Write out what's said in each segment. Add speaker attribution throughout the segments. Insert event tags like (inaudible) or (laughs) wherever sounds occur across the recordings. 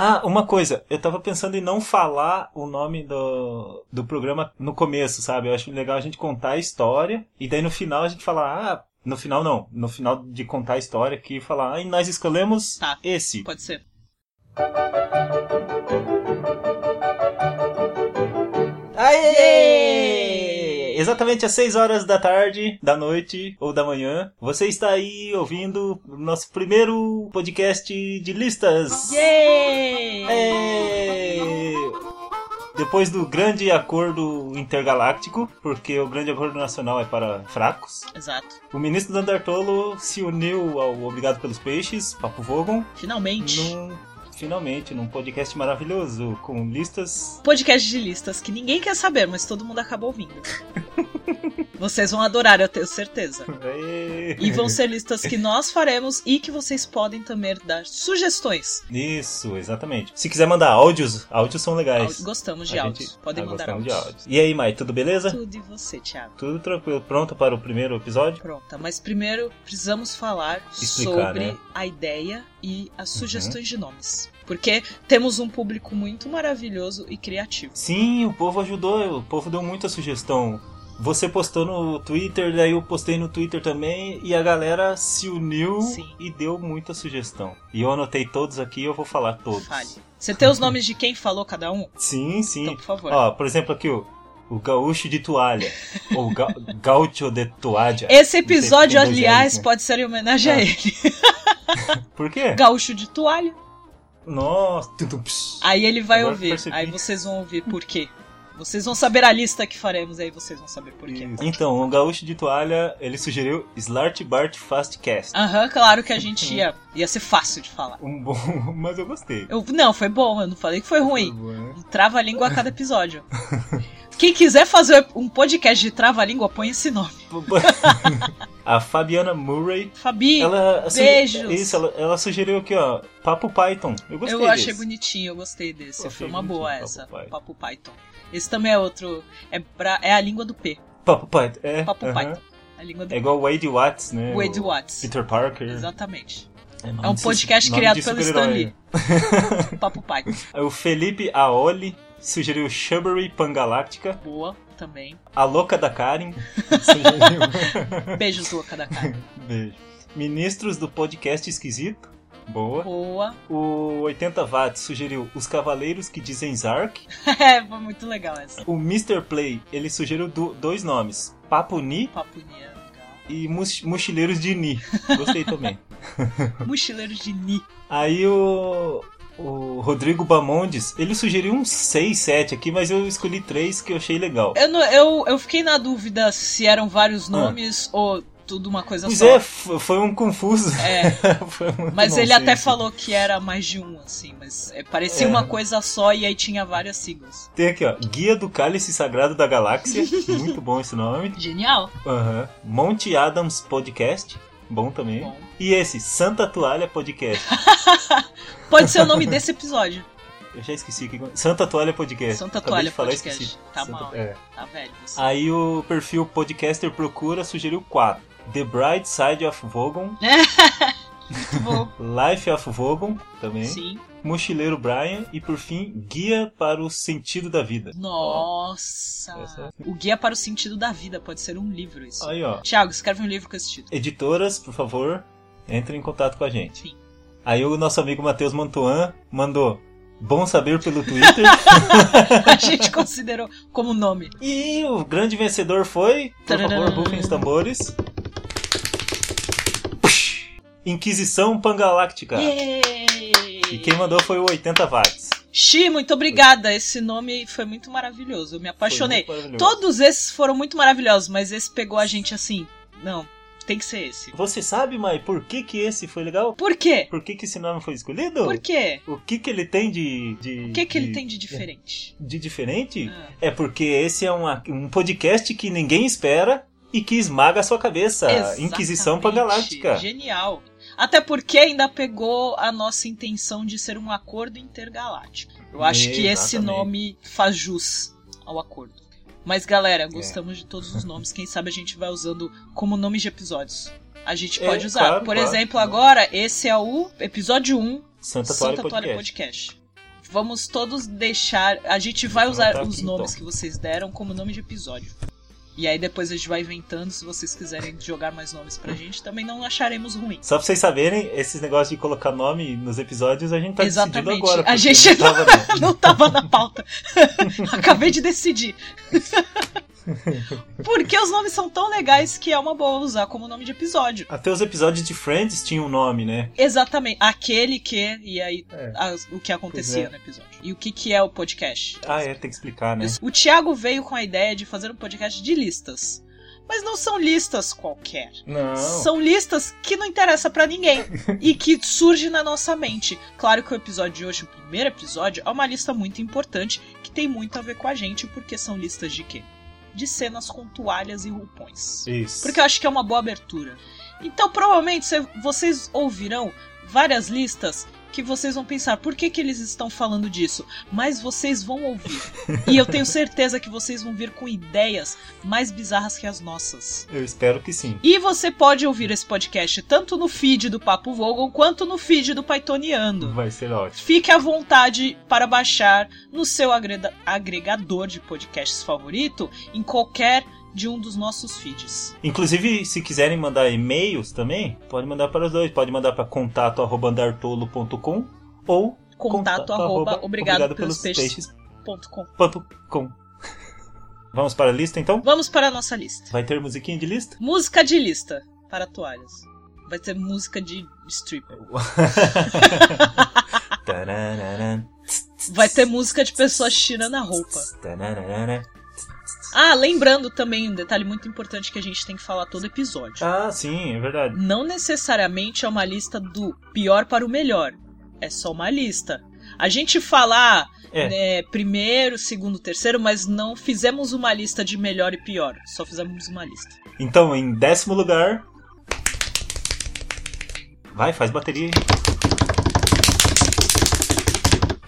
Speaker 1: Ah, uma coisa, eu tava pensando em não falar o nome do, do programa no começo, sabe? Eu acho legal a gente contar a história e daí no final a gente falar, ah, no final não, no final de contar a história aqui falar, ah, e nós escolhemos
Speaker 2: Tá.
Speaker 1: esse.
Speaker 2: Pode ser.
Speaker 1: Aê! Exatamente às 6 horas da tarde, da noite ou da manhã, você está aí ouvindo o nosso primeiro podcast de listas.
Speaker 2: Yay!
Speaker 1: É. Depois do grande acordo intergaláctico, porque o grande acordo nacional é para fracos,
Speaker 2: Exato.
Speaker 1: o ministro Dandartolo se uniu ao Obrigado pelos Peixes, Papo Vogon,
Speaker 2: Finalmente.
Speaker 1: num, finalmente, num podcast maravilhoso, com listas.
Speaker 2: Podcast de listas que ninguém quer saber, mas todo mundo
Speaker 1: (laughs)
Speaker 2: acaba ouvindo. Vocês vão adorar, eu tenho certeza.
Speaker 1: Aê!
Speaker 2: E vão ser listas que nós faremos e que vocês podem também dar sugestões.
Speaker 1: Isso, exatamente. Se quiser mandar áudios, áudios são legais.
Speaker 2: Gostamos de
Speaker 1: É A
Speaker 2: áudios.
Speaker 1: gente-
Speaker 2: Podem
Speaker 1: ah,
Speaker 2: mandar
Speaker 1: gostamos de
Speaker 2: áudios.
Speaker 1: áudios. E aí, Mai, tudo beleza?
Speaker 2: Tudo e você, Thiago.
Speaker 1: Tudo tranquilo. Pronto para o primeiro episódio?
Speaker 2: Pronta, mas primeiro precisamos falar
Speaker 1: Explicar,
Speaker 2: sobre
Speaker 1: né? Uhum.
Speaker 2: a ideia e as sugestões de nomes. Porque temos um público muito maravilhoso e criativo.
Speaker 1: Sim, o povo ajudou, o povo deu muita sugestão. Você postou no Twitter, daí eu postei no Twitter também, e a galera se uniu
Speaker 2: Sim.
Speaker 1: e deu muita sugestão. E eu anotei todos aqui, eu vou falar todos.
Speaker 2: Fale. Você tem os nomes de quem falou cada um?
Speaker 1: Sim, sim.
Speaker 2: Então, por favor.
Speaker 1: Ó, por exemplo aqui, o, o gaúcho de
Speaker 2: (laughs)
Speaker 1: toalha, ou ga, gaucho de toalha. Não
Speaker 2: Esse
Speaker 1: sei se
Speaker 2: episódio,
Speaker 1: tem dois
Speaker 2: aliás,
Speaker 1: L's, né?
Speaker 2: pode ser em homenagem
Speaker 1: Ah.
Speaker 2: a ele.
Speaker 1: Por quê?
Speaker 2: Gaúcho de toalha.
Speaker 1: Nossa, tudum, pss.
Speaker 2: Aí ele vai
Speaker 1: Agora
Speaker 2: ouvir.
Speaker 1: percebi.
Speaker 2: Aí vocês vão ouvir por quê. Vocês vão saber a lista que faremos, aí vocês vão saber por quê.
Speaker 1: Isso. Então, o gaúcho de toalha, ele sugeriu Slart Bart Fastcast.
Speaker 2: Aham, claro que a gente ia. Ia ser fácil de falar.
Speaker 1: Um bom, (laughs) mas eu gostei.
Speaker 2: Eu, não, foi bom, eu não falei que foi ruim.
Speaker 1: Foi bom, né?
Speaker 2: Um trava-língua a
Speaker 1: (laughs)
Speaker 2: cada episódio. Quem quiser fazer um podcast de trava-língua, põe esse nome.
Speaker 1: (laughs) A Fabiana Murray,
Speaker 2: Fabi,
Speaker 1: ela suge-
Speaker 2: beijos.
Speaker 1: Isso, ela, ela sugeriu aqui, ó, Papo Python. Eu gostei
Speaker 2: eu achei
Speaker 1: desse.
Speaker 2: bonitinho, eu gostei desse.
Speaker 1: Gostei,
Speaker 2: Foi uma
Speaker 1: bonitinho,
Speaker 2: boa
Speaker 1: Papo
Speaker 2: essa,
Speaker 1: Python.
Speaker 2: Papo Python. Esse também é outro. É, pra- é a língua do P.
Speaker 1: Papo Python, é.
Speaker 2: Papo
Speaker 1: aham.
Speaker 2: Python. A língua do
Speaker 1: É igual Wade Watts, né?
Speaker 2: Wade
Speaker 1: o
Speaker 2: Watts.
Speaker 1: Peter Parker.
Speaker 2: Exatamente.
Speaker 1: nome
Speaker 2: É um
Speaker 1: de-
Speaker 2: podcast
Speaker 1: nome
Speaker 2: criado
Speaker 1: de
Speaker 2: pelo Stan
Speaker 1: super-herói.
Speaker 2: Lee. Papo Python.
Speaker 1: (laughs) O Felipe Aoli sugeriu Shrubbery Pangaláctica.
Speaker 2: Boa também.
Speaker 1: A Louca da
Speaker 2: (laughs)
Speaker 1: Karen sugeriu...
Speaker 2: Beijos louca da cara.
Speaker 1: Beijo. Ministros do podcast esquisito. Boa.
Speaker 2: Boa. (laughs)
Speaker 1: O 80 Watts sugeriu Os Cavaleiros que Dizem Zark.
Speaker 2: É, foi muito legal essa.
Speaker 1: O Mr. Play, ele sugeriu do- dois nomes. Papuni
Speaker 2: Papo Nia, legal.
Speaker 1: e Moch- Mochileiros de Ni. Gostei
Speaker 2: (laughs)
Speaker 1: também.
Speaker 2: Mochileiro de Ni.
Speaker 1: Aí o... O Rodrigo Bamondes, ele sugeriu uns 6, 7 aqui, mas eu escolhi três que eu achei legal.
Speaker 2: Eu, não- eu, eu fiquei na dúvida se eram vários nomes ou tudo uma coisa
Speaker 1: Ah. Pois
Speaker 2: só.
Speaker 1: é, f- foi um confuso. (laughs)
Speaker 2: É,
Speaker 1: Foi muito
Speaker 2: mas ele
Speaker 1: nonsense.
Speaker 2: até falou que era mais de um, assim, mas é, parecia
Speaker 1: É.
Speaker 2: uma coisa só e aí tinha várias siglas.
Speaker 1: Tem aqui, ó. Guia do Cálice Sagrado da Galáxia. muito bom esse nome.
Speaker 2: Genial.
Speaker 1: Aham. Monte Adams Podcast. Bom também.
Speaker 2: Bom.
Speaker 1: E esse, Santa Toalha Podcast.
Speaker 2: Pode ser o nome desse episódio.
Speaker 1: Eu já esqueci o que. Santa Toalha Podcast.
Speaker 2: Santa
Speaker 1: Acabei
Speaker 2: Toalha
Speaker 1: de falar,
Speaker 2: Podcast.
Speaker 1: esqueci.
Speaker 2: Tá
Speaker 1: Santa-
Speaker 2: mal,
Speaker 1: é.
Speaker 2: Tá velho. Você.
Speaker 1: Aí o perfil Podcaster Procura sugeriu quatro: The Bright Side of Vogon,
Speaker 2: Muito bom.
Speaker 1: Life of Vogon também,
Speaker 2: Sim.
Speaker 1: Mochileiro Brian e por fim Guia para o Sentido da Vida.
Speaker 2: Nossa.
Speaker 1: Essa-
Speaker 2: O Guia para o Sentido da Vida pode ser um livro, isso.
Speaker 1: Aí ó.
Speaker 2: Tiago, escreve um livro com esse título.
Speaker 1: Editoras, por favor, entrem em contato com a gente.
Speaker 2: Enfim. (laughs)
Speaker 1: Aí o nosso amigo Matheus Mantuan mandou Bom saber pelo Twitter.
Speaker 2: A gente considerou como nome.
Speaker 1: e o grande vencedor foi. Por favor,
Speaker 2: Tararam.
Speaker 1: rufem os tambores. Inquisição Pangaláctica.
Speaker 2: Yay!
Speaker 1: Tá. E quem mandou foi o 80 watts.
Speaker 2: Xi, muito obrigada. Esse nome foi muito maravilhoso. Eu me apaixonei.
Speaker 1: Foi muito maravilhoso.
Speaker 2: Todos esses foram muito maravilhosos, mas esse pegou a gente assim. Não, tem que ser esse.
Speaker 1: Você sabe, Mai, por que, que esse foi legal?
Speaker 2: Por quê?
Speaker 1: Por que, que esse nome foi escolhido?
Speaker 2: Por quê?
Speaker 1: O que, que ele tem de. de
Speaker 2: O que, que ele tem de diferente?
Speaker 1: De diferente?
Speaker 2: Ah,
Speaker 1: É porque esse é uma- um podcast que ninguém espera e que esmaga a sua cabeça. Inquisição
Speaker 2: exatamente.
Speaker 1: Pangaláctica.
Speaker 2: Genial. Até porque ainda pegou a nossa intenção de ser um acordo intergaláctico. Eu acho que esse
Speaker 1: Exatamente.
Speaker 2: nome faz jus ao acordo. Mas
Speaker 1: É.
Speaker 2: galera, gostamos de todos os nomes. Quem sabe a gente vai usando como nomes de episódios. A gente
Speaker 1: É,
Speaker 2: pode usar.
Speaker 1: claro,
Speaker 2: Por
Speaker 1: claro.
Speaker 2: exemplo, agora, esse é o episódio 1
Speaker 1: Santa
Speaker 2: Santa
Speaker 1: Toalha
Speaker 2: Toalha
Speaker 1: Podcast.
Speaker 2: Podcast. Vamos todos deixar. A gente vai
Speaker 1: Então
Speaker 2: usar
Speaker 1: tá
Speaker 2: os
Speaker 1: aqui,
Speaker 2: nomes
Speaker 1: então.
Speaker 2: que vocês deram como nome de episódio. E aí depois a gente vai inventando. Se vocês quiserem jogar mais nomes pra gente, também não acharemos ruim. (laughs)
Speaker 1: Só pra vocês saberem, esses negócios de colocar nome nos episódios a gente tá decidindo
Speaker 2: Exatamente.
Speaker 1: agora.
Speaker 2: A
Speaker 1: porque
Speaker 2: gente
Speaker 1: não
Speaker 2: (laughs)
Speaker 1: tava decidido.
Speaker 2: Não tava na pauta. (laughs) Acabei
Speaker 1: (laughs)
Speaker 2: de decidir. Porque os nomes são tão legais que é uma boa usar como nome de episódio.
Speaker 1: Até os episódios de Friends tinham um nome, né?
Speaker 2: Exatamente. Aquele que. E aí,
Speaker 1: É.
Speaker 2: as- o que acontecia
Speaker 1: Pois
Speaker 2: no episódio. E o que, que é o podcast.
Speaker 1: Ah, é, tem que explicar, né?
Speaker 2: O Thiago veio com a ideia de fazer um podcast de listas. Mas não são listas qualquer.
Speaker 1: Não.
Speaker 2: São listas que não interessa pra
Speaker 1: (laughs)
Speaker 2: ninguém e que surge na nossa mente. Claro que o episódio de hoje, o primeiro episódio, é uma lista muito importante que tem muito a ver com a gente, porque são listas de quê? De cenas com toalhas e roupões.
Speaker 1: Isso.
Speaker 2: Porque eu acho que é uma boa abertura. Então, provavelmente, cê- vocês ouvirão várias listas que vocês vão pensar por que, que eles estão falando disso. Mas vocês vão ouvir. e eu tenho certeza que vocês vão vir com ideias mais bizarras que as nossas.
Speaker 1: Eu espero que sim.
Speaker 2: E você pode ouvir esse podcast tanto no feed do Papo Vogon quanto no feed do Pythoniando.
Speaker 1: Vai ser ótimo.
Speaker 2: Fique à vontade para baixar no seu agreda- agregador de podcasts favorito em qualquer de um dos nossos feeds.
Speaker 1: Inclusive, se quiserem mandar e-mails também, pode mandar para os dois. Pode mandar para contato.andartolo.com ou
Speaker 2: Contato arroba obrigado pelos peixes.
Speaker 1: peixes.
Speaker 2: ponto com.
Speaker 1: ponto com. Vamos para a lista então?
Speaker 2: Vamos para a nossa lista.
Speaker 1: Vai ter musiquinha de lista?
Speaker 2: Música de lista para toalhas. Vai ser música de stripper. Ah.
Speaker 1: Tararara.
Speaker 2: Vai ter música de pessoas tirando a roupa.
Speaker 1: Tararara.
Speaker 2: Ah, lembrando também um detalhe muito importante que a gente tem que falar todo episódio.
Speaker 1: Ah, sim, é verdade.
Speaker 2: não necessariamente é uma lista do pior para o melhor. É só uma lista. A gente falar
Speaker 1: É.
Speaker 2: né, primeiro, segundo, terceiro, mas não fizemos uma lista de melhor e pior. Só fizemos uma lista.
Speaker 1: Então, em décimo lugar. Vai, faz bateria aí.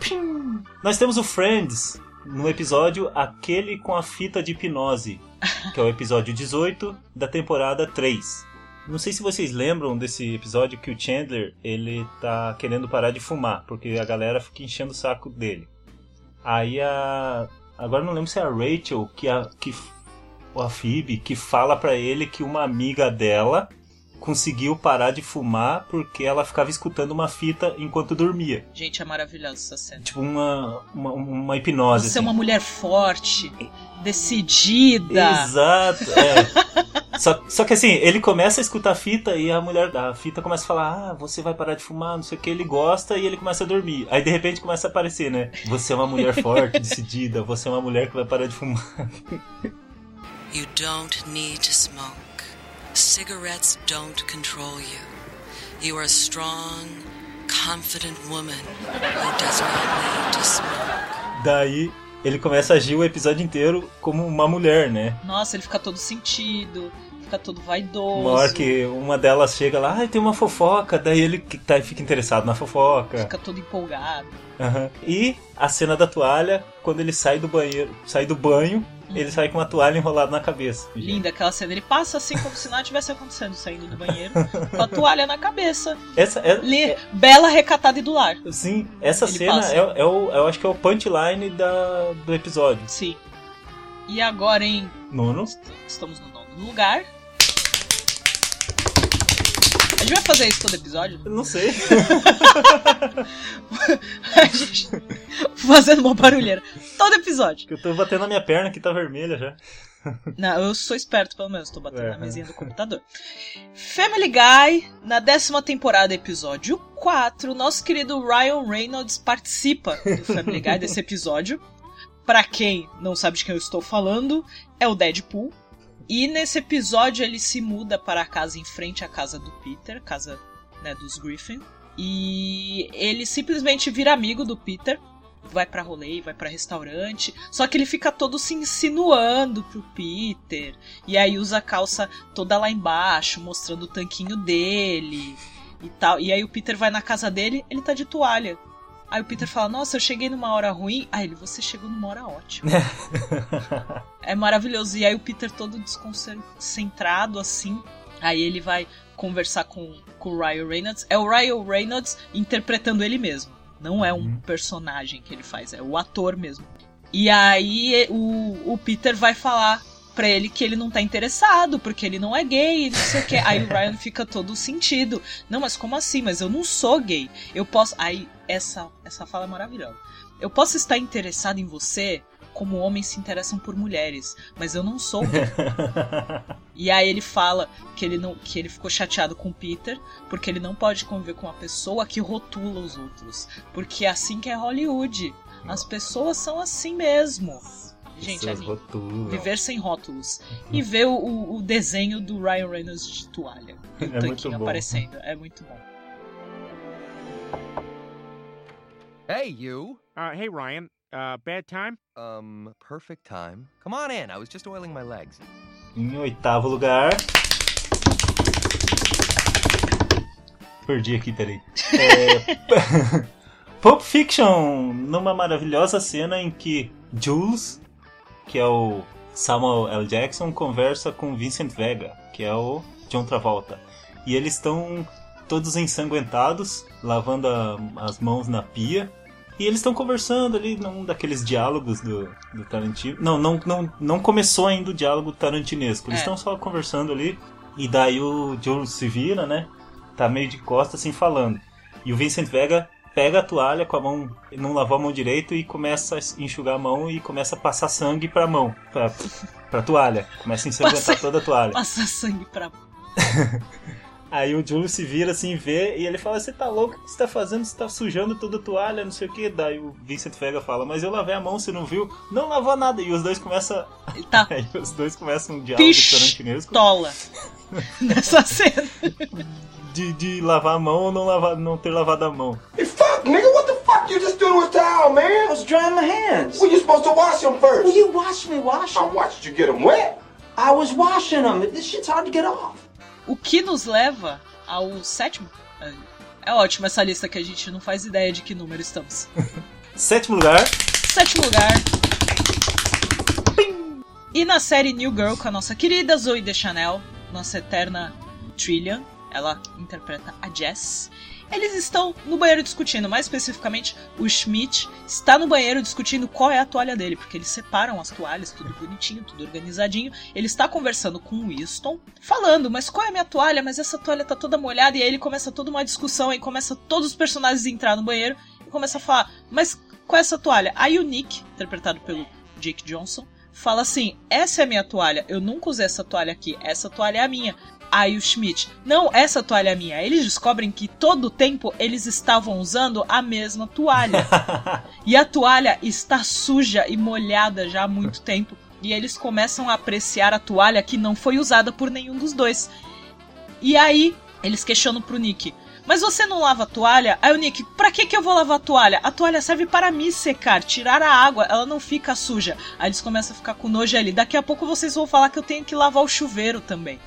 Speaker 1: Pim. Nós temos o Friends no episódio Aquele com a Fita de Hipnose, que é o episódio 18 da temporada 3. Não sei se vocês lembram desse episódio que o Chandler ele tá querendo parar de fumar, porque a galera fica enchendo o saco dele. Aí a. Agora não lembro se é a Rachel que, a, que ou a Phoebe, que fala pra ele que uma amiga dela conseguiu parar de fumar porque ela ficava escutando uma fita enquanto dormia.
Speaker 2: Gente, é maravilhosa essa cena.
Speaker 1: Tipo uma, uma, uma hipnose.
Speaker 2: Você é
Speaker 1: assim.
Speaker 2: uma mulher forte, decidida.
Speaker 1: Exato, é. (laughs) só, só que assim, ele começa a escutar a fita e a mulher da fita começa a falar: Ah, você vai parar de fumar, não sei o que, ele gosta e ele começa a dormir. Aí de repente começa a aparecer, né? Você é uma
Speaker 2: (laughs)
Speaker 1: mulher forte, decidida, você é uma mulher que vai parar de fumar. (laughs)
Speaker 3: You don't need to smoke. Cigarettes don't control you. You are a strong, confident woman who does not need to smoke.
Speaker 1: Daí ele começa a agir o episódio inteiro como uma mulher, né?
Speaker 2: Nossa, ele fica todo sentido, fica todo vaidoso.
Speaker 1: Uma hora que uma delas chega lá, ah, tem uma fofoca, daí ele que tá, fica interessado na fofoca.
Speaker 2: Fica todo empolgado.
Speaker 1: Aham. E a cena da toalha, quando ele sai do banheiro, sai do banho,
Speaker 2: Hum.
Speaker 1: ele sai com uma toalha enrolada na cabeça.
Speaker 2: Linda aquela cena. Ele passa assim como se nada tivesse acontecendo, saindo do banheiro, com a toalha na cabeça.
Speaker 1: Essa, é,
Speaker 2: Lê, bela, recatada e do lar.
Speaker 1: sim, essa
Speaker 2: Ele
Speaker 1: cena
Speaker 2: passa.
Speaker 1: é, é o, eu acho que é o punchline da, do episódio.
Speaker 2: Sim. E agora, em.
Speaker 1: Nono.
Speaker 2: Estamos no nono lugar. A gente vai fazer isso todo episódio? (laughs)
Speaker 1: Eu Não sei. (laughs)
Speaker 2: A gente. Fazendo uma barulheira. Todo episódio.
Speaker 1: Eu tô batendo na minha perna que tá vermelha já.
Speaker 2: Não, eu sou esperto, pelo menos. Tô batendo
Speaker 1: É.
Speaker 2: na mesinha do computador. Family Guy, na décima temporada, episódio 4, nosso querido Ryan Reynolds participa do Family Guy desse episódio. Pra quem não sabe de quem eu estou falando, é o Deadpool. E nesse episódio ele se muda para a casa em frente à casa do Peter, casa né, dos Griffin. E ele simplesmente vira amigo do Peter vai pra rolê, vai pra restaurante. Só que ele fica todo se insinuando pro Peter. E aí usa a calça toda lá embaixo, mostrando o tanquinho dele e tal. E aí o Peter vai na casa dele, ele tá de toalha. Aí o Peter fala: Nossa, eu cheguei numa hora ruim. Aí ele: Você chegou numa hora ótima. é maravilhoso. E aí o Peter todo desconcentrado assim. Aí ele vai conversar com, com o Ryan Reynolds. É o Ryan Reynolds interpretando ele mesmo. Não é um personagem que ele faz, é o ator mesmo. E aí o, o Peter vai falar pra ele que ele não tá interessado, porque ele não é gay, não sei o que. Aí o Ryan fica todo sentido. Não, mas como assim? Mas eu não sou gay. Eu posso. Aí essa, essa fala é maravilhosa. Eu posso estar interessado em você como homens se interessam por mulheres, mas eu
Speaker 1: (laughs)
Speaker 2: não sou gay. E aí ele fala que ele não que ele ficou chateado com o Peter porque ele não pode conviver com uma pessoa que rotula os outros, porque é assim que é Hollywood. As pessoas são assim mesmo. Gente,
Speaker 1: Pessoas
Speaker 2: é
Speaker 1: rotulam.
Speaker 2: viver sem rótulos e ver o- o, o desenho do Ryan Reynolds de toalha,
Speaker 1: (laughs)
Speaker 2: o
Speaker 1: É muito
Speaker 2: tanquinho
Speaker 1: bom.
Speaker 2: aparecendo, é muito bom.
Speaker 4: Hey, you.
Speaker 5: Uh, hey, Ryan. Uh, bad time?
Speaker 4: Um, perfect time. Come on in. I was just oiling my legs.
Speaker 1: Em oitavo lugar. Perdi aqui, peraí. É... (laughs) Pulp Fiction, numa maravilhosa cena em que Jules, que é o Samuel L. Jackson, conversa com Vincent Vega, que é o John Travolta. E eles estão todos ensanguentados, lavando a- as mãos na pia. E eles estão conversando ali num daqueles diálogos do, do Tarantino. Não, não, não, não começou ainda o diálogo tarantinesco. Eles
Speaker 2: É.
Speaker 1: estão só conversando ali. E daí o Jules se vira, né? Tá meio de costa assim falando. E o Vincent Vega pega a toalha com a mão, não lavou a mão direito e começa a enxugar a mão e começa a passar sangue pra mão, pra, pra toalha. Começa a
Speaker 2: (laughs)
Speaker 1: ensanguentar
Speaker 2: Passa-
Speaker 1: toda a toalha.
Speaker 2: Passa sangue pra
Speaker 1: Aí o Julius se vira assim, vê, e ele fala: Você tá louco? O que você tá fazendo? Você tá sujando toda a toalha, não sei o que. Daí o Vincent Vega fala: Mas eu lavei a mão, você não viu? Não lavou nada. E os dois começam.
Speaker 2: ele
Speaker 1: (laughs)
Speaker 2: tá
Speaker 1: Aí os dois começam um diálogo tarantinesco
Speaker 2: pistola (laughs) nessa cena.
Speaker 1: de, de lavar a mão ou não, lavar, não ter lavado a mão.
Speaker 6: Hey, fuck, nigga, what the fuck you just doing with towel, man?
Speaker 7: I was drying my hands.
Speaker 6: Well, you supposed to wash them first.
Speaker 7: Will you watch me wash
Speaker 6: I
Speaker 7: 'em?
Speaker 6: watched you get them wet.
Speaker 7: I was washing them. This shit's hard to get off.
Speaker 2: O que nos leva ao sétimo. É- É ótima essa lista que a gente não faz ideia de que número estamos.
Speaker 1: Sétimo lugar.
Speaker 2: Sétimo lugar. Pim! E na série New Girl com a nossa querida Zoe Deschanel, nossa eterna Trillian, ela interpreta a Jess. Eles estão no banheiro discutindo, mais especificamente, o Schmidt está no banheiro discutindo qual é a toalha dele, porque eles separam as toalhas, tudo bonitinho, tudo organizadinho. Ele está conversando com o Winston, falando, mas qual é a minha toalha? Mas essa toalha tá toda molhada, e aí ele começa toda uma discussão, aí começa todos os personagens a entrar no banheiro e começa a falar, mas com essa toalha. Aí o Nick, interpretado pelo Jake Johnson, fala assim: essa é a minha toalha, eu nunca usei essa toalha aqui, essa toalha é a minha. Aí o Schmidt, não, essa toalha é minha. Aí Eles descobrem que todo o tempo eles estavam usando a mesma toalha. e a toalha está suja e molhada já há muito tempo. E eles começam a apreciar a toalha que não foi usada por nenhum dos dois. E aí, eles questionam pro Nick. Mas você não lava a toalha? Aí o Nick, pra que que eu vou lavar a toalha? A toalha serve para me secar, tirar a água, ela não fica suja. Aí eles começam a ficar com nojo ali. Daqui a pouco vocês vão falar que eu tenho que lavar o
Speaker 1: (laughs)
Speaker 2: chuveiro também.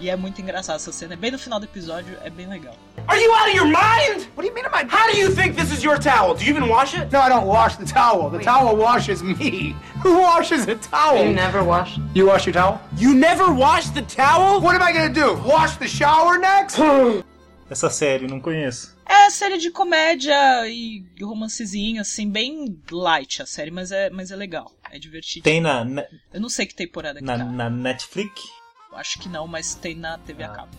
Speaker 2: e é muito engraçado essa cena. É bem no final do episódio, é bem legal.
Speaker 6: Are you out of your mind? What do you mean am I? How do you think this is your towel? Do you even wash it?
Speaker 8: No, I don't wash the towel. The towel washes me. (laughs) Who washes a towel?
Speaker 9: You never wash.
Speaker 8: You wash your towel?
Speaker 6: You never wash the towel?
Speaker 8: What am I gonna do? Wash the shower next?
Speaker 1: Essa série, não conheço.
Speaker 2: É série de comédia e romancezinho, assim, bem light a série, mas é, mas é legal. É divertido.
Speaker 1: Tem na, na,
Speaker 2: Eu não sei que temporada que
Speaker 1: na,
Speaker 2: tá.
Speaker 1: na Netflix.
Speaker 2: Acho que não, mas tem na TV
Speaker 1: Ah.
Speaker 2: a cabo.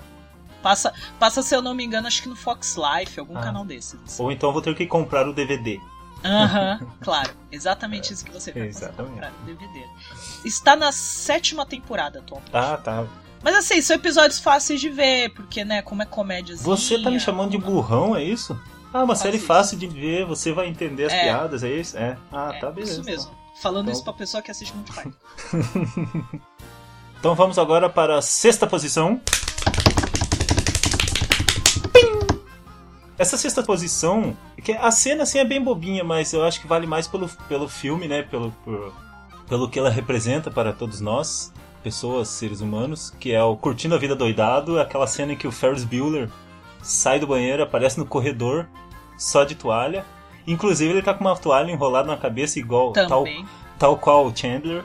Speaker 2: Passa, passa, se eu não me engano, acho que no Fox Life, algum
Speaker 1: Ah.
Speaker 2: canal desses.
Speaker 1: Ou então vou ter que comprar o DVD.
Speaker 2: Aham, claro. Exatamente isso que você fez.
Speaker 1: Exatamente.
Speaker 2: Pra DVD. Está na sétima temporada, Tom.
Speaker 1: Ah, tá.
Speaker 2: Mas assim, são episódios fáceis de ver, porque, né, como é comédia.
Speaker 1: Você tá me chamando de burrão, é isso? Ah, uma série
Speaker 2: isso.
Speaker 1: fácil de ver, você vai entender as
Speaker 2: É.
Speaker 1: piadas, é isso? É. Ah,
Speaker 2: É,
Speaker 1: tá, beleza.
Speaker 2: Isso mesmo. Falando
Speaker 1: Então-
Speaker 2: isso pra pessoa que assiste muito pai.
Speaker 1: Então vamos agora para a sexta posição. Pim! Essa sexta posição, que a cena assim é bem bobinha, mas eu acho que vale mais pelo, pelo filme, né? Pelo, por- pelo que ela representa para todos nós, pessoas, seres humanos, que é o Curtindo a Vida Doidado, é aquela cena em que o Ferris Bueller sai do banheiro, aparece no corredor, só de toalha. Inclusive ele tá com uma toalha enrolada na cabeça, igual tal
Speaker 2: Também.
Speaker 1: tal qual o Chandler,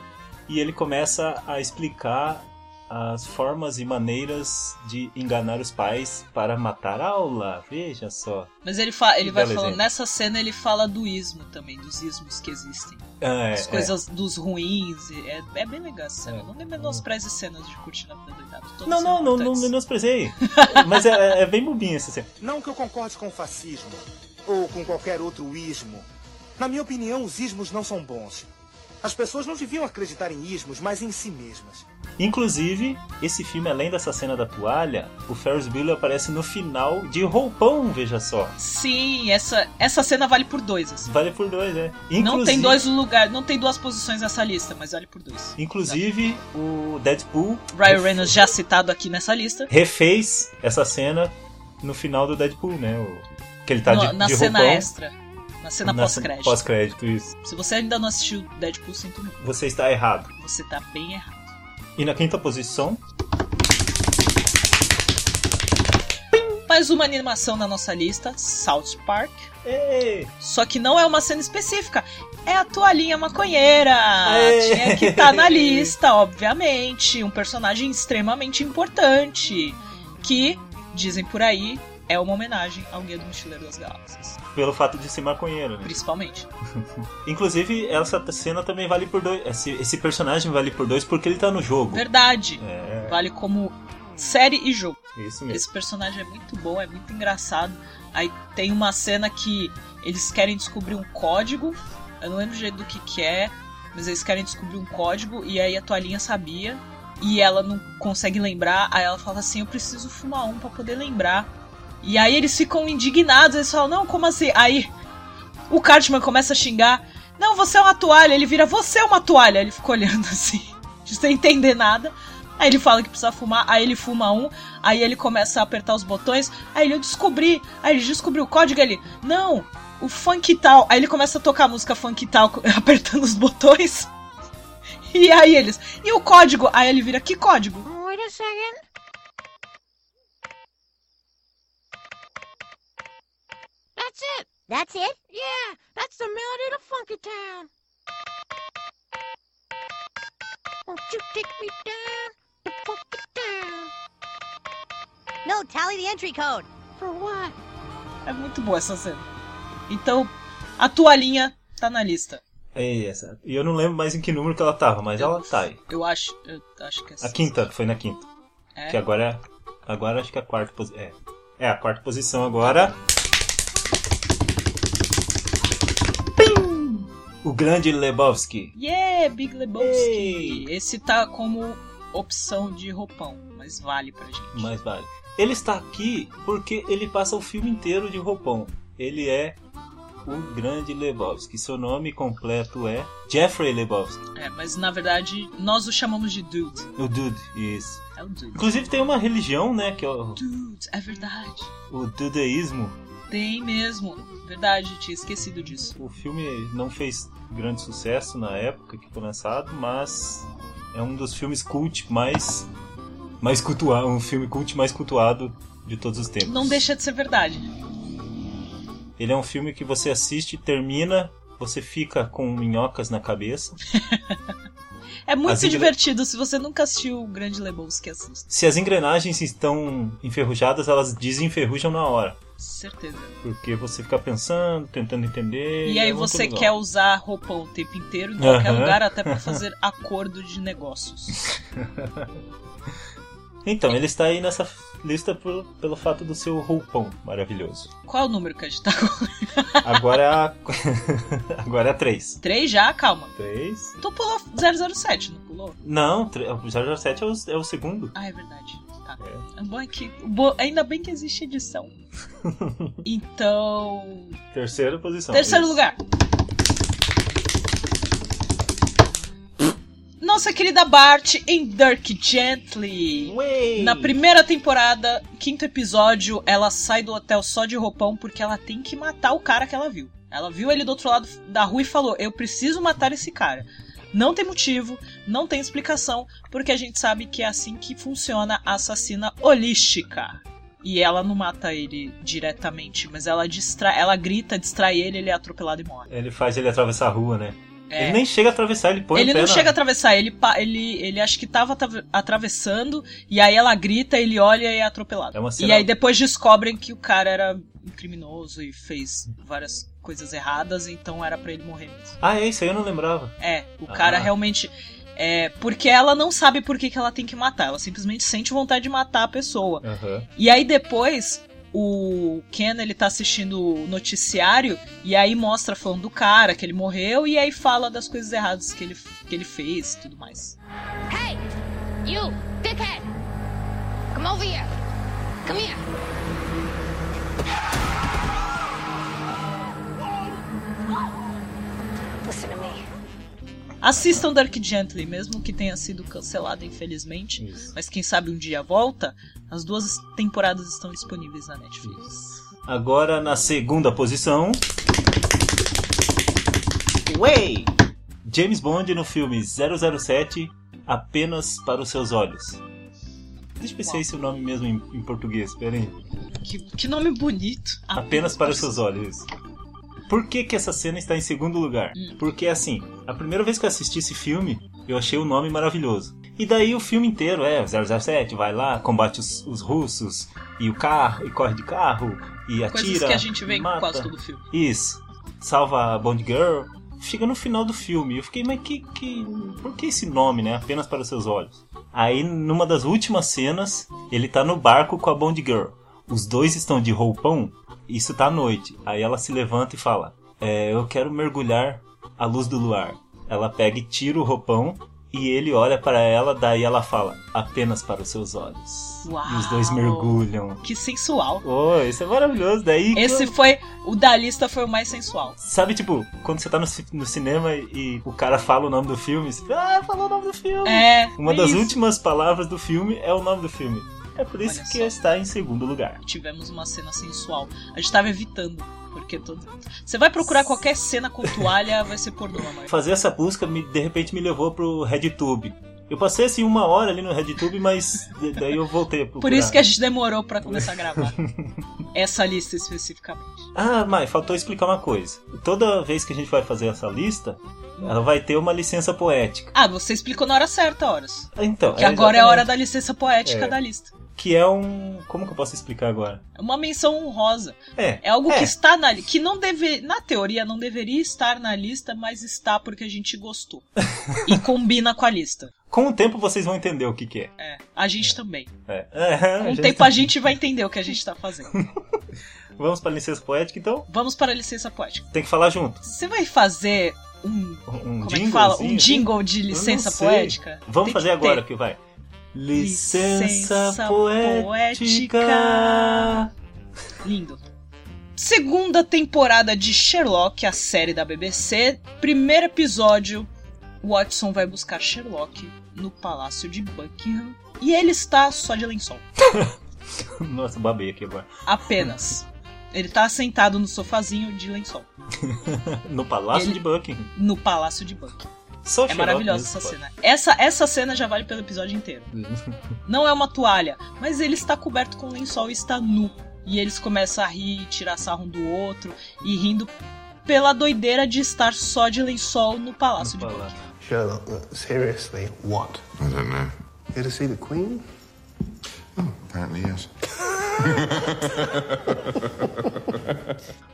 Speaker 1: e ele começa a explicar as formas e maneiras de enganar os pais para matar a aula. Veja só.
Speaker 2: Mas ele, fa ele
Speaker 1: Que
Speaker 2: vai
Speaker 1: belo
Speaker 2: falando,
Speaker 1: exemplo.
Speaker 2: nessa cena ele fala do ismo também, dos ismos que existem.
Speaker 1: Ah, é,
Speaker 2: As
Speaker 1: é.
Speaker 2: coisas dos ruins. e É, é bem legal essa cena. Não me menospreze cenas de cortina na verdade. todas
Speaker 1: Não,
Speaker 2: são
Speaker 1: não, não, não
Speaker 2: importantes.
Speaker 1: menosprezei.
Speaker 2: (laughs)
Speaker 1: Mas é, é bem bobinha essa cena.
Speaker 9: Não que eu concorde com o fascismo ou com qualquer outro ismo. Na minha opinião, os ismos não são bons. As pessoas não deviam acreditar em ismos, mas em si mesmas.
Speaker 1: Inclusive, esse filme, além dessa cena da toalha, o Ferris Bueller aparece no final de roupão, veja só.
Speaker 2: Sim, essa, essa cena vale por dois, assim.
Speaker 1: Vale por dois, né?
Speaker 2: Não tem dois lugares, não tem duas posições nessa lista, mas vale por dois.
Speaker 1: Inclusive, o Deadpool
Speaker 2: Ryan Reynolds já citado aqui nessa lista.
Speaker 1: refez essa cena no final do Deadpool, né? O- que ele tá
Speaker 2: No-
Speaker 1: de,
Speaker 2: na
Speaker 1: de
Speaker 2: cena
Speaker 1: roupão.
Speaker 2: extra. Na cena
Speaker 1: Na cena
Speaker 2: pós-crédito.
Speaker 1: Pós-crédito, isso.
Speaker 2: Se você ainda não assistiu Deadpool, sinto muito.
Speaker 1: Você está errado.
Speaker 2: Você tá bem errado.
Speaker 1: E na quinta posição,
Speaker 2: Mais uma animação na nossa lista, South Park.
Speaker 1: Ei!
Speaker 2: Só que não é uma cena específica. É a toalhinha maconheira.
Speaker 1: Aê!
Speaker 2: Tinha que estar na lista, obviamente. Um personagem extremamente importante. Que, dizem por aí, é uma homenagem ao Guia do Mochileiro das Galáxias.
Speaker 1: pelo fato de ser maconheiro, né?
Speaker 2: Principalmente.
Speaker 1: Inclusive, essa cena também vale por dois. Esse, esse personagem vale por dois porque ele tá no jogo.
Speaker 2: Verdade.
Speaker 1: É,
Speaker 2: Vale como série e jogo.
Speaker 1: isso mesmo.
Speaker 2: Esse personagem é muito bom, é muito engraçado. Aí tem uma cena que eles querem descobrir um código. Eu não lembro direito do que, que é, mas eles querem descobrir um código e aí a toalhinha sabia e ela não consegue lembrar. Aí ela fala assim: Eu preciso fumar um pra poder lembrar. E aí eles ficam indignados, eles falam: Não, como assim? Aí o Cartman começa a xingar: Não, você é uma toalha. Ele vira: Você é uma toalha. Ele fica olhando (laughs) assim, sem entender nada. Aí ele fala que precisa fumar, aí ele fuma um, Aí ele começa a apertar os botões. Aí ele, eu descobri. Aí ele descobriu o código. Ele, não, o funk tal. Aí ele começa a tocar a música funk tal, (laughs) co- apertando os botões. (laughs) E aí eles, e o código? Aí ele vira, que código?
Speaker 10: Wait a second. That's it. That's it? Yeah, that's the melody to Funky Town. Won't you take me down to Funky Town? No, tally the entry code. For what?
Speaker 2: É muito boa essa cena. Então, a toalhinha tá na lista.
Speaker 1: É essa. E eu não lembro mais em que número que ela tava, mas ela tá aí.
Speaker 2: Eu acho, eu acho que é
Speaker 1: A
Speaker 2: assim.
Speaker 1: quinta, que foi na quinta.
Speaker 2: É.
Speaker 1: Que agora é. Agora acho que é a quarta posição. É. é, a quarta posição agora. Pim! O grande Lebowski.
Speaker 2: Yeah, Big Lebowski.
Speaker 1: Ei.
Speaker 2: Esse tá como opção de roupão, mas vale pra gente.
Speaker 1: Mas vale. Ele está aqui porque ele passa o filme inteiro de roupão. Ele é o grande Lebowski. Seu nome completo é Jeffrey Lebowski.
Speaker 2: É, mas na verdade, nós o chamamos de Dude.
Speaker 1: O Dude, isso.
Speaker 2: É o Dude.
Speaker 1: Inclusive tem uma religião, né? Que é o,
Speaker 2: Dude, é verdade.
Speaker 1: o dudeísmo.
Speaker 2: Tem mesmo. Verdade, tinha esquecido disso.
Speaker 1: O filme não fez grande sucesso na época que foi lançado, mas é um dos filmes cult mais mais cultuado, um filme cult mais cultuado de todos os tempos.
Speaker 2: Não deixa de ser verdade.
Speaker 1: Ele é um filme que você assiste, termina, você fica com minhocas na cabeça.
Speaker 2: É muito
Speaker 1: Assim que-
Speaker 2: divertido. Se você nunca assistiu o Grande Lebowski, assista.
Speaker 1: Se as engrenagens estão enferrujadas, elas desenferrujam na hora,
Speaker 2: Certeza.
Speaker 1: porque você fica pensando, tentando entender.
Speaker 2: E aí
Speaker 1: é muito
Speaker 2: você
Speaker 1: legal.
Speaker 2: quer usar roupão o tempo inteiro em qualquer
Speaker 1: Aham.
Speaker 2: lugar,
Speaker 1: (laughs)
Speaker 2: até pra fazer acordo de negócios.
Speaker 1: Então, ele está aí nessa lista por- pelo fato do seu roupão maravilhoso.
Speaker 2: Qual é o número que a gente tá com? (laughs)
Speaker 1: Agora é a. (laughs) Agora é a 3.
Speaker 2: Três já? Calma.
Speaker 1: 3?
Speaker 2: Tu pulou 007, não pulou?
Speaker 1: Não, tre- o 007 é o, é o segundo.
Speaker 2: Ah, é verdade. Tá. O bom é que. o bom- Ainda bem que existe edição. (laughs) Então.
Speaker 1: Terceira posição.
Speaker 2: Terceiro
Speaker 1: Isso.
Speaker 2: lugar. Nossa querida Bart em Dirk Gently.
Speaker 1: Ué!
Speaker 2: Na primeira temporada, quinto episódio, ela sai do hotel só de roupão porque ela tem que matar o cara que ela viu. Ela viu ele do outro lado da rua e falou: Eu preciso matar esse cara. Não tem motivo, não tem explicação, porque a gente sabe que é assim que funciona a assassina holística. E ela não mata ele diretamente, mas ela distrai, ela grita, distrai ele, ele é atropelado e morre.
Speaker 1: Ele faz ele atravessar a rua, né?
Speaker 2: É.
Speaker 1: Ele nem chega a atravessar, ele põe
Speaker 2: ele
Speaker 1: o pé
Speaker 2: não
Speaker 1: na-
Speaker 2: chega a atravessar, ele, pa- ele, ele acha que tava atra- atravessando, e aí ela grita, ele olha e é atropelado.
Speaker 1: É uma
Speaker 2: e
Speaker 1: cena-
Speaker 2: aí depois descobrem que o cara era um criminoso e fez várias coisas erradas, então era pra ele morrer mesmo.
Speaker 1: Ah, é isso aí, eu não lembrava.
Speaker 2: É, o
Speaker 1: Ah.
Speaker 2: cara realmente. É, porque ela não sabe por que, que ela tem que matar, ela simplesmente sente vontade de matar a pessoa. E aí depois o Ken ele tá assistindo o noticiário e aí mostra falando do cara que ele morreu e aí fala das coisas erradas que ele, que ele fez e tudo mais.
Speaker 11: Hey, you, dickhead! Come over here. Come here.
Speaker 10: Listen to me.
Speaker 2: Assistam Dark Gently, mesmo que tenha sido cancelado infelizmente, mas quem sabe um dia volta. As duas temporadas estão disponíveis na Netflix.
Speaker 1: Agora na segunda posição. Way! James Bond no filme 007 Apenas para os seus olhos. Deixa eu pensar esse nome mesmo em, em português, peraí.
Speaker 2: Que, que nome bonito.
Speaker 1: Apenas para os seus olhos. Por que, que essa cena está em segundo lugar?
Speaker 2: Hum.
Speaker 1: Porque assim, a primeira vez que eu assisti esse filme, eu achei o nome maravilhoso. E daí o filme inteiro é 007, vai lá, combate os, os russos, e o carro, e corre de carro, e atira.
Speaker 2: Coisas que a gente vê em
Speaker 1: mata.
Speaker 2: quase todo filme.
Speaker 1: Isso. Salva a Bond Girl. Chega no final do filme. Eu fiquei, mas que, que. Por que esse nome, né? Apenas para os seus olhos. Aí, numa das últimas cenas, ele tá no barco com a Bond Girl. Os dois estão de roupão. Isso tá à noite. Aí ela se levanta e fala: "É, Eu quero mergulhar à luz do luar. Ela pega e tira o roupão. E ele olha para ela, daí ela fala: Apenas para os seus olhos. E os dois
Speaker 2: Uau.
Speaker 1: mergulham.
Speaker 2: Que sensual.
Speaker 1: Oh, isso é maravilhoso. Daí.
Speaker 2: Esse foi. O da lista foi o mais sensual.
Speaker 1: Sabe, tipo, quando você tá no, ci- no cinema e, e o cara fala o nome do filme, você fala, ah, falou o nome do filme.
Speaker 2: É.
Speaker 1: Uma
Speaker 2: é
Speaker 1: das
Speaker 2: isso.
Speaker 1: últimas palavras do filme é o nome do filme. É por isso que está em segundo lugar.
Speaker 2: tivemos uma cena sensual. A gente tava evitando, porque todo. Você vai procurar qualquer cena com toalha, vai ser pornô, mas.
Speaker 1: Fazer essa busca, me, de repente, me levou pro RedTube. Eu passei, assim, uma hora ali no RedTube, mas de- daí eu voltei a procurar.
Speaker 2: Por isso que a gente demorou pra começar
Speaker 1: (laughs)
Speaker 2: a gravar. Essa lista especificamente.
Speaker 1: Ah, mas faltou explicar uma coisa. Toda vez que a gente vai fazer essa lista, ela vai ter uma licença poética.
Speaker 2: Ah, você explicou na hora certa, horas.
Speaker 1: Então,
Speaker 2: Que agora é a
Speaker 1: exatamente-
Speaker 2: hora da licença poética
Speaker 1: É.
Speaker 2: da lista.
Speaker 1: Que é um... Como que eu posso explicar agora?
Speaker 2: É uma menção honrosa.
Speaker 1: É.
Speaker 2: É algo que
Speaker 1: É.
Speaker 2: está na li- que não deve, na teoria não deveria estar na lista, mas está porque a gente gostou.
Speaker 1: (laughs)
Speaker 2: E combina com a lista.
Speaker 1: Com o tempo vocês vão entender o que que é.
Speaker 2: É, a gente também.
Speaker 1: É. (laughs)
Speaker 2: Com o tempo a gente vai entender o que a gente tá fazendo.
Speaker 1: Vamos pra licença poética, então?
Speaker 2: Vamos para a licença poética.
Speaker 1: Tem que falar junto.
Speaker 2: Você vai fazer um.
Speaker 1: Um
Speaker 2: como é que
Speaker 1: jinglezinho,
Speaker 2: fala? Um
Speaker 1: assim?
Speaker 2: jingle de
Speaker 1: Eu não
Speaker 2: licença
Speaker 1: sei.
Speaker 2: poética?
Speaker 1: Vamos
Speaker 2: Tem
Speaker 1: fazer
Speaker 2: que
Speaker 1: agora
Speaker 2: ter.
Speaker 1: que vai.
Speaker 2: Licença
Speaker 1: Licença
Speaker 2: poética.
Speaker 1: poética.
Speaker 2: Lindo. Segunda temporada de Sherlock, a série da BBC. Primeiro episódio: Watson vai buscar Sherlock no palácio de Buckingham. E ele está só de lençol.
Speaker 1: (laughs) Nossa, babei aqui agora. (laughs)
Speaker 2: Apenas. Ele tá sentado no sofazinho de lençol.
Speaker 1: No Palácio
Speaker 2: Ele-
Speaker 1: de Buckingham.
Speaker 2: No palácio de Buckingham.
Speaker 1: Só
Speaker 2: é
Speaker 1: Sherlock
Speaker 2: maravilhosa
Speaker 1: mesmo
Speaker 2: essa
Speaker 1: pode.
Speaker 2: cena. Essa, essa cena já vale pelo
Speaker 1: (laughs)
Speaker 2: episódio inteiro. Não é uma toalha, mas ele está coberto com lençol e está nu. E eles começam a rir, tirar sarro um do outro e rindo pela doideira de estar só de lençol no palácio de Buckingham.
Speaker 12: Sherlock, look, seriously, what?
Speaker 13: I don't know. Oh,
Speaker 12: Here to see the Queen?
Speaker 13: Apparently, yes.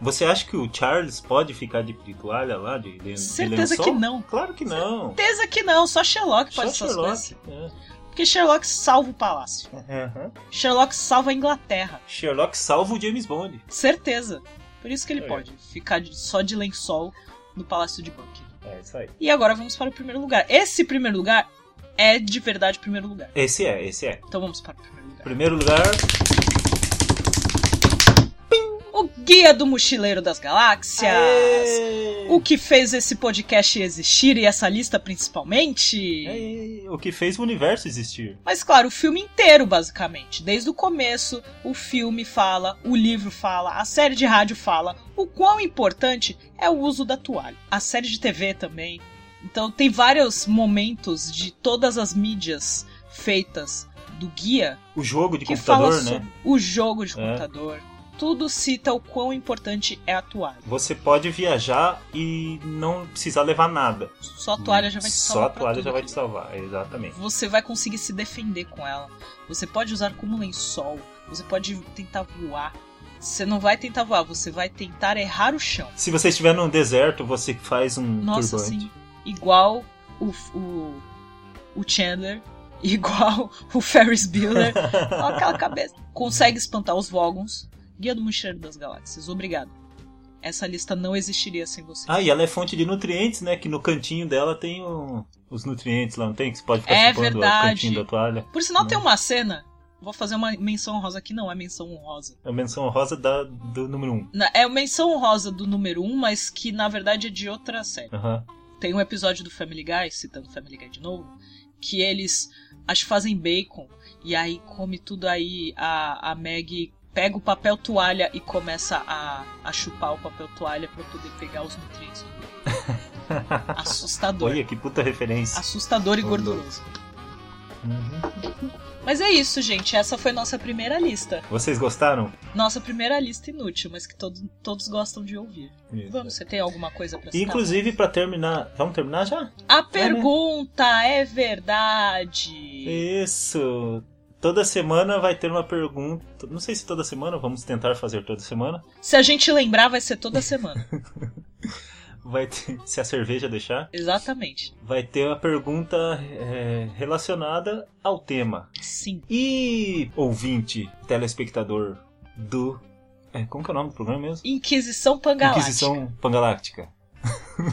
Speaker 1: Você acha que o Charles pode ficar de, de toalha lá? De, de, de
Speaker 2: Certeza
Speaker 1: lençol?
Speaker 2: que não.
Speaker 1: Claro que não.
Speaker 2: Certeza que não, só Sherlock
Speaker 1: Só
Speaker 2: pode essas
Speaker 1: Sherlock. É.
Speaker 2: coisas. Porque Sherlock salva o palácio.
Speaker 1: Aham.
Speaker 2: Sherlock salva a Inglaterra.
Speaker 1: Sherlock salva o James Bond.
Speaker 2: Certeza. Por isso que ele
Speaker 1: É.
Speaker 2: pode ficar de- só de lençol no palácio de Buckingham.
Speaker 1: É isso aí.
Speaker 2: E agora vamos para o primeiro lugar. Esse primeiro lugar é de verdade o primeiro lugar.
Speaker 1: Esse é, esse é.
Speaker 2: Então vamos para o primeiro.
Speaker 1: Primeiro lugar,
Speaker 2: O Guia do Mochileiro das Galáxias. O que fez esse podcast existir e essa lista principalmente.
Speaker 1: É o que fez o universo existir.
Speaker 2: Mas claro, o filme inteiro, basicamente. Desde o começo, o filme fala, o livro fala, a série de rádio fala, o quão importante é o uso da toalha. A série de TV também. Então tem vários momentos de todas as mídias feitas do guia
Speaker 1: O jogo de
Speaker 2: que fala
Speaker 1: computador,
Speaker 2: sobre
Speaker 1: né?
Speaker 2: o jogo de
Speaker 1: É.
Speaker 2: computador. tudo cita o quão importante é a toalha.
Speaker 1: Você pode viajar e não precisar levar nada.
Speaker 2: Só a toalha já vai te
Speaker 1: Hum, Só a
Speaker 2: salvar. pra
Speaker 1: toalha
Speaker 2: tudo
Speaker 1: já vai te
Speaker 2: aquilo.
Speaker 1: salvar, exatamente.
Speaker 2: Você vai conseguir se defender com ela. Você pode usar como lençol. Você pode tentar voar. Você não vai tentar voar, você vai tentar errar o chão.
Speaker 1: Se você estiver num deserto, você faz um
Speaker 2: Nossa,
Speaker 1: turbante.
Speaker 2: sim. Igual o, o, o Chandler, (laughs) igual o Ferris Bueller. Olha aquela cabeça. Consegue espantar os Vogons. Guia do Mochileiro das Galáxias. Obrigado. Essa lista não existiria sem você.
Speaker 1: Ah, e ela é fonte de nutrientes, né? Que no cantinho dela tem o- os nutrientes lá, não tem? Que você pode ficar
Speaker 2: É
Speaker 1: chupando
Speaker 2: verdade.
Speaker 1: o cantinho da toalha.
Speaker 2: Por sinal, tem um uma cena. Vou fazer uma menção honrosa aqui, não é menção honrosa.
Speaker 1: É a menção rosa da, do número 1. Um.
Speaker 2: Na- É uma menção honrosa do número 1, mas que na verdade é de outra série.
Speaker 1: Aham.
Speaker 2: Tem um episódio do Family Guy, citando Family Guy de novo, que eles acho que fazem bacon e aí come tudo aí a, a Maggie pega o papel toalha e começa a, a chupar o papel toalha pra poder pegar os nutrientes.
Speaker 1: (laughs)
Speaker 2: Assustador.
Speaker 1: Olha que puta referência.
Speaker 2: Assustador e
Speaker 1: Ô,
Speaker 2: gorduroso. Mas é isso, gente. Essa foi nossa primeira lista.
Speaker 1: Vocês gostaram?
Speaker 2: Nossa primeira lista inútil, mas que todo, todos gostam de ouvir.
Speaker 1: Isso.
Speaker 2: Vamos, você tem alguma coisa pra citar?
Speaker 1: Inclusive, pra terminar. Vamos terminar já?
Speaker 2: A pergunta é verdade.
Speaker 1: Isso! Toda semana vai ter uma pergunta. Não sei se toda semana, vamos tentar fazer toda semana.
Speaker 2: Se a gente lembrar, vai ser
Speaker 1: (laughs)
Speaker 2: toda semana.
Speaker 1: Vai ter, (laughs) se a cerveja deixar,
Speaker 2: Exatamente.
Speaker 1: vai ter uma pergunta é, relacionada ao tema.
Speaker 2: Sim.
Speaker 1: E ouvinte, telespectador do. é, como que é o nome do programa mesmo?
Speaker 2: Inquisição Pangalática.
Speaker 1: Inquisição Pangaláctica. (laughs)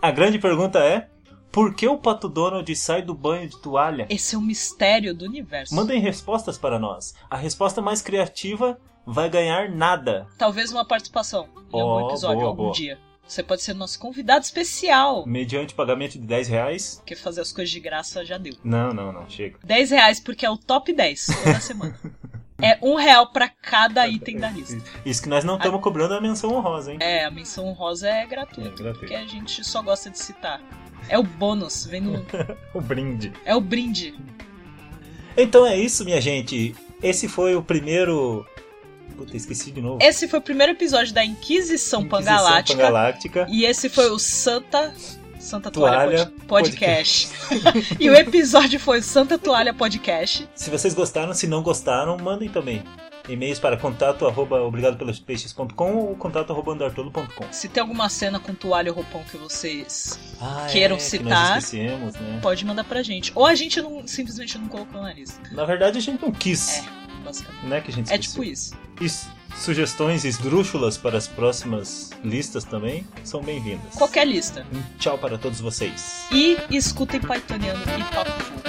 Speaker 1: a grande pergunta é: por que o Pato Donald sai do banho de toalha?
Speaker 2: Esse é o mistério do universo.
Speaker 1: Mandem respostas para nós. A resposta mais criativa vai ganhar nada.
Speaker 2: Talvez uma participação em algum
Speaker 1: Ó,
Speaker 2: episódio,
Speaker 1: boa,
Speaker 2: algum
Speaker 1: boa.
Speaker 2: dia. Você pode ser nosso convidado especial.
Speaker 1: Mediante pagamento de 10 reais?
Speaker 2: Porque fazer as coisas de graça já deu.
Speaker 1: Não, não, não, chega.
Speaker 2: 10 reais porque é o top 10
Speaker 1: (laughs)
Speaker 2: toda semana. É um real pra cada item da lista. Ah.
Speaker 1: Isso que nós não estamos cobrando a menção honrosa, hein?
Speaker 2: É, a menção honrosa é gratuita.
Speaker 1: É gratuito.
Speaker 2: Porque a gente só gosta de citar. É o bônus, vem no...
Speaker 1: O brinde.
Speaker 2: É o brinde.
Speaker 1: Então é isso, minha gente. Esse foi o primeiro. Puta, esqueci de novo.
Speaker 2: Esse foi o primeiro episódio da Inquisição, Pangalática.
Speaker 1: Galáctica.
Speaker 2: E esse foi o Santa. Santa Toalha,
Speaker 1: Toalha
Speaker 2: Pod- Podcast. (laughs) e o episódio foi o Santa Toalha Podcast.
Speaker 1: Se vocês gostaram, se não gostaram, mandem também. E-mails para contato arroba obrigadopelospeixes.com ou contato arroba andartolo.com.
Speaker 2: Se tem alguma cena com toalha ou roupão que vocês
Speaker 1: Ah,
Speaker 2: queiram
Speaker 1: é, que
Speaker 2: citar,
Speaker 1: nós esquecemos, né?
Speaker 2: pode mandar pra gente. Ou a gente não- simplesmente não colocou na lista.
Speaker 1: Na verdade, a gente não quis.
Speaker 2: basicamente.
Speaker 1: Né, que a gente
Speaker 2: É
Speaker 1: esqueceu.
Speaker 2: tipo isso.
Speaker 1: E su- sugestões esdrúxulas para as próximas listas também são bem-vindas.
Speaker 2: Qualquer lista.
Speaker 1: Um tchau para todos vocês.
Speaker 2: E escutem Pythoniano e Papo Fogo.